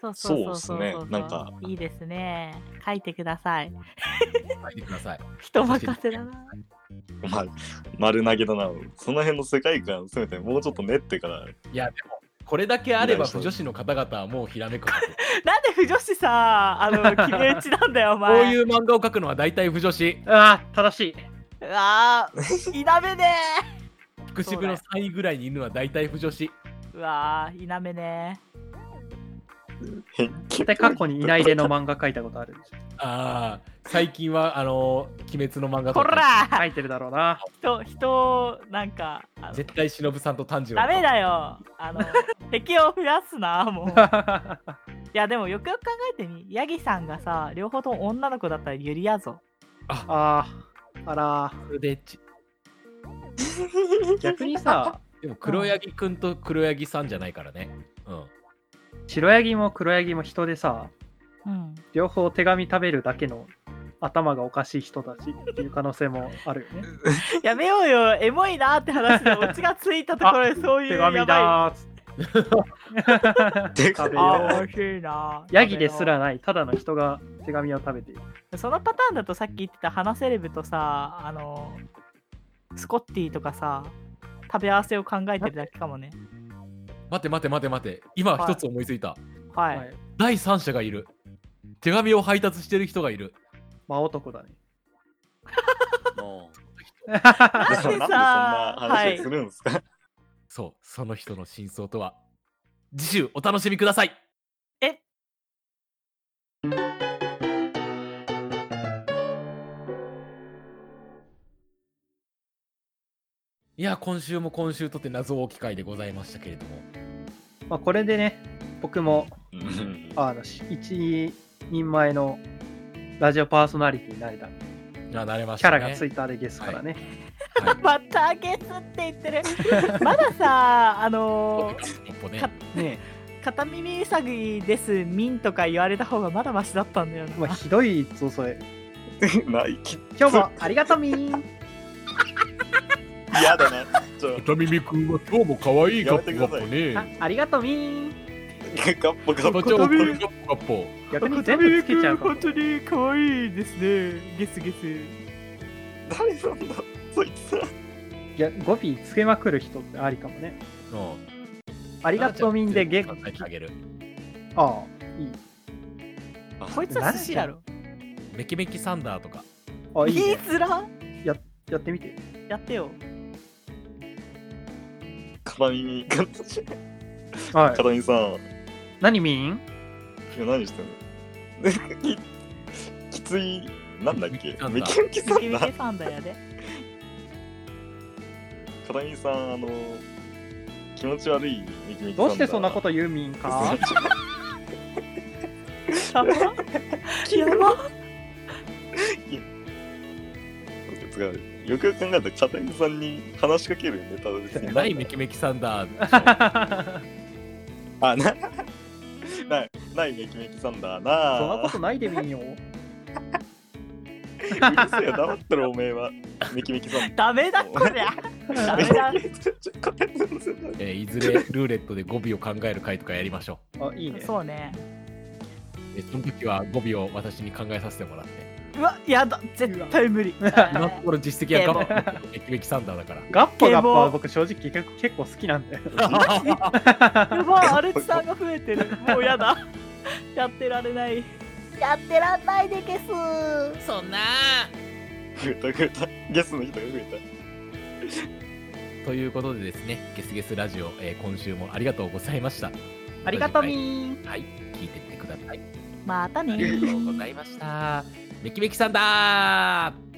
B: そうそうそう
C: そ
B: そうう
C: です
B: そ
C: ね
B: う
C: なんか
B: いいですね書いてください
A: 書いてください。
B: 人任せだな
C: まあ、丸投げだな。その辺の世界観、せめてもうちょっと練ってから、
A: いや、でも、これだけあれば、女子の方々はもうひらめくはず。
B: なんで不女子さあの決め打ちなんだよお
A: こう
B: 前
A: いう漫画を描くのは大体不女子。
D: ああ、正しい。
B: うわあ否めね
A: ピクシブの3位ぐらいにいるのは大体不女子。
B: えうわあ否めね
C: 変形
D: 絶対過去にいないでの漫画描いたことあるでしょ。
A: ああ、最近は、あのー鬼滅の漫画
B: え
A: と
B: こ
A: から
D: 描いてるだろうな。
B: 人人をなんかあの
A: 絶対忍さんと炭治郎
B: ダ
A: と。
B: メだよあ の敵を増やすなもういやでもよくよく考えてみヤギさんがさ両方とも女の子だったらユリやぞ
D: ああ、あら
A: それでち
D: ー、逆にさ、
A: でも黒ヤギくんと黒ヤギさんじゃないからね。うん。
D: 白ヤギも黒ヤギも人でさ、
B: うん
D: 両方手紙食べるだけの頭がおかしい人たちっていう可能性もあるよね。
B: やめようよエモいなって話でオチがついたとこ ろでそういう
D: 手
B: やばい
D: 紙だーっつって。 食べ
B: あ
D: よ
B: ー
D: う
B: 惜。しいな
D: ヤギですらない、ただの人が手紙を食べている。
B: そのパターンだとさっき言ってた花セレブとさあのスコッティとかさ食べ合わせを考えてるだけかもね
A: 待て待て待て待て。今
B: はい
A: 一つ思いついた。
B: はい、
D: はい
A: 第三者がいる。手紙を配達してる人がいる。
D: 真男だね。
C: もう
B: なんで
C: なんで
B: さ
C: そんな話をするんですか、
A: そう、その人の真相とは。次週お楽しみください。いや、今週も今週とて謎大き会でございましたけれども。
D: まあ、これでね、僕も
C: うん
D: あのし一人前のラジオパーソナリティになれた。
A: あ、慣れまし
D: キャ
A: た
D: ラ
A: ね。
D: がつ
A: い
D: いたでゲスからね。
A: はい
B: またゲスって言ってるまださあのー
A: 一歩ね
B: か
D: ね
B: 片耳うさぎですみんとか言われた方がまだマシだったんだよな、
D: まあ、ひどいぞ、それ。
C: ないき
D: 今日もありがとみーん。
C: 嫌だな。ちょ
A: 片耳くんは今日も可愛い
C: ガッポガッポ
D: あ
A: ね。
D: ありがとみーん。
C: ガッポガッポ
A: ガッポガッポ。
D: 逆に全部つけちゃうかも
B: 本。当に可愛いですねゲスゲス
C: 誰なんだそいつら
D: いや語尾つけまくる人ってありかもね。
A: うん。
D: あ
A: あ
D: りがとみーんでゲ
A: 考えてあげる。
D: ああ、いい。
B: こいつは寿司だろ
A: メキメキサンダーとか。
D: あ、いい、
B: 言い
D: ね。
B: づら
D: やってみて。
B: やってよ
C: 片耳
D: はい
C: 片。耳さんい
D: 何みーん
C: や何してんのききついなんだっけ
A: なんだ
C: メキメキさ
B: ミキ
C: ん
B: ミ
C: だ
B: キサンダやで
C: 片耳さんあの気持ち悪いメキメキさんだ
D: どうしてそんなこと言うみーんか
B: やばやば
C: 違うよくよく考えたら片耳さんに話しかけるネタですね
A: ないメキメキサンダー。
C: あなないないメキメキさんだな
D: そんなことないでみーんよ。
C: うるせえ黙ってろおめえはメキメキさん
B: ダメだこりゃダメだ
A: えーいずれルーレットで語尾を考える会とかやりましょ
D: あ、いいね。
B: そうね
A: う。えーその時は語尾を私に考えさせてもらって。
B: うわやだ絶対無理
A: 今のところ実績はガッパメキメキサンダーだから。
D: ガッポガ
B: ケ
D: ッポは
B: ボ
D: 僕正直結構結構好きなんだよ。
B: やばい、アルチさんが増えてる。もうやだ。やってられない。やってらんないで消す。
E: そんな
C: 増えた増えたゲスの人が増え
A: ということでですね、ゲスゲスラジオ、えー今週もありがとうございました。
D: ありがとみーん。
A: はい、聞いてってください。
F: またね
A: ありがとうございました。めきめきさんだー